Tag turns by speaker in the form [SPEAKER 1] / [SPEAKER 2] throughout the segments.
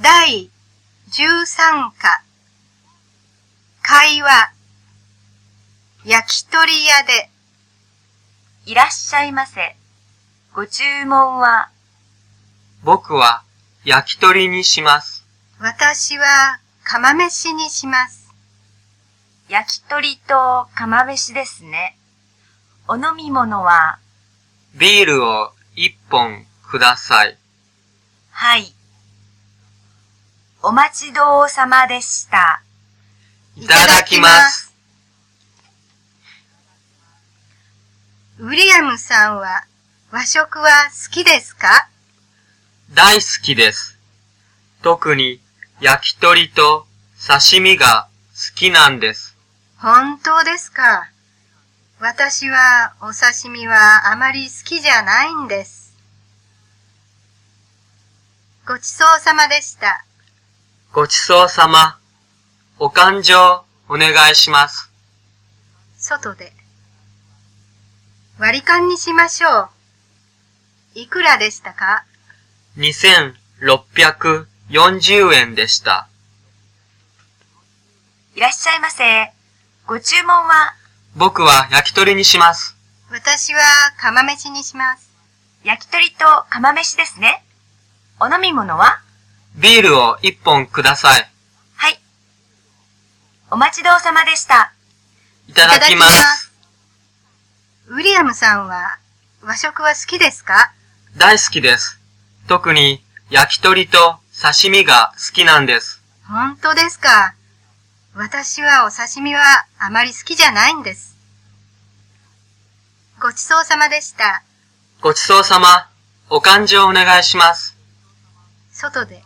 [SPEAKER 1] 第13課会話焼き鳥屋で
[SPEAKER 2] いらっしゃいませ。ご注文は、
[SPEAKER 3] 僕は焼き鳥にします。
[SPEAKER 1] 私は釜飯にします。
[SPEAKER 2] 焼き鳥と釜飯ですね。お飲み物は、
[SPEAKER 3] ビールを一本ください。
[SPEAKER 2] はい。お待ちどうさまでした。
[SPEAKER 3] いただきます。
[SPEAKER 1] ウィリアムさんは和食は好きですか
[SPEAKER 3] 大好きです。特に焼き鳥と刺身が好きなんです。
[SPEAKER 1] 本当ですか私はお刺身はあまり好きじゃないんです。ごちそうさまでした。
[SPEAKER 3] ごちそうさま。お勘定お願いします。
[SPEAKER 1] 外で。割り勘にしましょう。いくらでしたか
[SPEAKER 3] 2640円でした。
[SPEAKER 2] いらっしゃいませ。ご注文は、
[SPEAKER 3] 僕は焼き鳥にします。
[SPEAKER 1] 私は釜飯にします。
[SPEAKER 2] 焼き鳥と釜飯ですね。お飲み物は、
[SPEAKER 3] ビールを一本ください。
[SPEAKER 2] はい。お待ちどうさまでした。
[SPEAKER 3] いただきま。
[SPEAKER 1] いただきますウィリアムさんは和食は好きですか
[SPEAKER 3] 大好きです。特に焼き鳥と刺身が好きなんです。
[SPEAKER 1] 本当ですか私はお刺身はあまり好きじゃないんです。ごちそうさまでした。
[SPEAKER 3] ごちそうさま。お勘定お願いします。
[SPEAKER 1] 外で。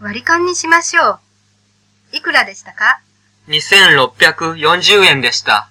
[SPEAKER 1] 割り勘にしましょう。いくらでしたか
[SPEAKER 3] 2640円でした。